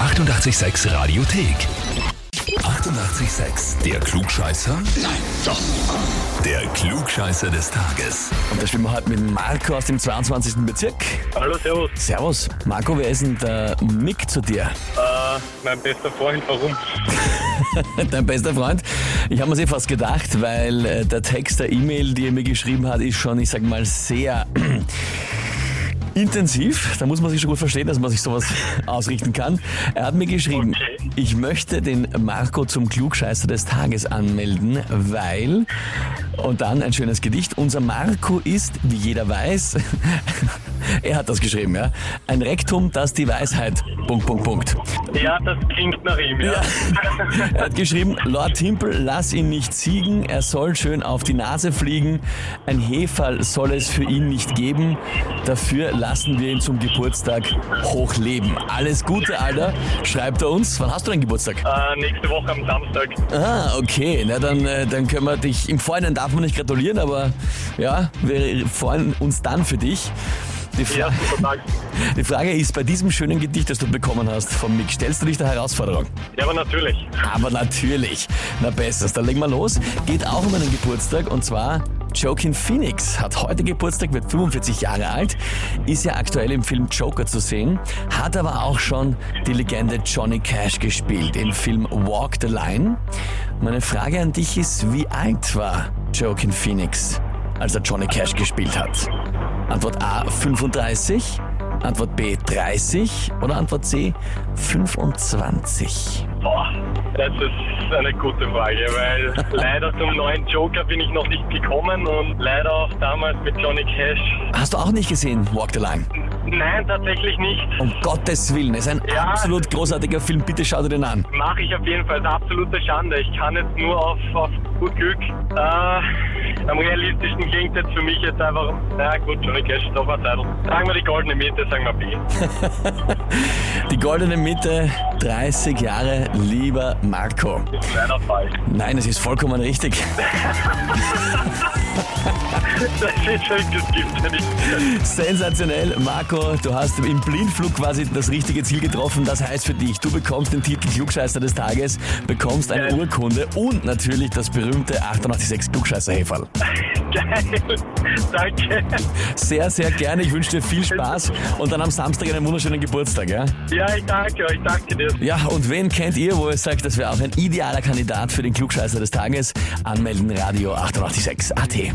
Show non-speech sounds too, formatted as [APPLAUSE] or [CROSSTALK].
886 Radiothek. 88,6. Der Klugscheißer? Nein, doch. Der Klugscheißer des Tages. Und da spielen wir heute mit Marco aus dem 22. Bezirk. Hallo, servus. Servus. Marco, wer ist denn der Mick zu dir? Äh, mein bester Freund, warum? [LAUGHS] Dein bester Freund. Ich habe mir eh fast gedacht, weil äh, der Text der E-Mail, die er mir geschrieben hat, ist schon, ich sag mal, sehr [CLEARS THROAT] intensiv. Da muss man sich schon gut verstehen, dass man sich sowas [LAUGHS] ausrichten kann. Er hat mir geschrieben, Okay. ich möchte den Marco zum Klugscheißer des Tages anmelden, weil... Und dann ein schönes Gedicht. Unser Marco ist, wie jeder weiß, [LAUGHS] er hat das geschrieben, ja, ein Rektum, das die Weisheit... Punkt, Punkt, Punkt. Ja, das klingt nach ihm, ja. Ja. Er hat geschrieben, Lord Timpel, lass ihn nicht siegen, er soll schön auf die Nase fliegen. Ein Heferl soll es für ihn nicht geben. Dafür lassen wir ihn zum Geburtstag hochleben. Alles Gute, Alter, schreibt er uns. Wann hast du deinen Geburtstag? Äh, nächste Woche am Samstag. Ah, okay. Na dann, äh, dann können wir dich. Im Vorhinein darf man nicht gratulieren, aber ja, wir freuen uns dann für dich. Die, Fra Ja, super Tag. die Frage ist, bei diesem schönen Gedicht, das du bekommen hast vom Mick, stellst du dich der Herausforderung? Ja, aber natürlich. Aber natürlich, na bestes. Dann legen wir los. Geht auch um einen Geburtstag und zwar Joaquin Phoenix hat heute Geburtstag, wird 45 Jahre alt, ist ja aktuell im Film Joker zu sehen, hat aber auch schon die Legende Johnny Cash gespielt im Film Walk the Line. Meine Frage an dich ist, wie alt war Joaquin Phoenix, als er Johnny Cash gespielt hat? Antwort A 35, Antwort B 30 oder Antwort C 25? Boah, das ist eine gute Frage, weil leider zum neuen Joker bin ich noch nicht gekommen und leider auch damals mit Johnny Cash. Hast du auch nicht gesehen, Walk the Line? Nein, tatsächlich nicht. Um Gottes Willen, es ist ein Ja. absolut großartiger Film, bitte schau dir den an. Mache ich auf jeden Fall. Das ist absolute Schande. Ich kann jetzt nur auf, auf gut Glück. Äh, am realistischsten klingt jetzt für mich jetzt einfach, na gut, Johnny Cash, Stofferzeitel. Sagen wir die goldene Mitte, sagen wir B. Die goldene Mitte, 30 Jahre, lieber Marco. Das ist leider falsch. [LAUGHS] Nein, es ist vollkommen richtig. [LAUGHS] Das ist schon, das gibt's ja nicht. Sensationell, Marco, du hast im Blindflug quasi das richtige Ziel getroffen. Das heißt für dich, du bekommst den Titel Klugscheißer des Tages, bekommst eine Geil. Urkunde und natürlich das berühmte 886 Klugscheißer-Häferl. Geil. Danke. Sehr, sehr gerne, ich wünsche dir viel Spaß und dann am Samstag einen wunderschönen Geburtstag, ja? Ja, ich danke euch. Danke dir. Ja, und wen kennt ihr, wo ihr sagt, das wäre auch ein idealer Kandidat für den Klugscheißer des Tages? Anmelden Radio 886 AT.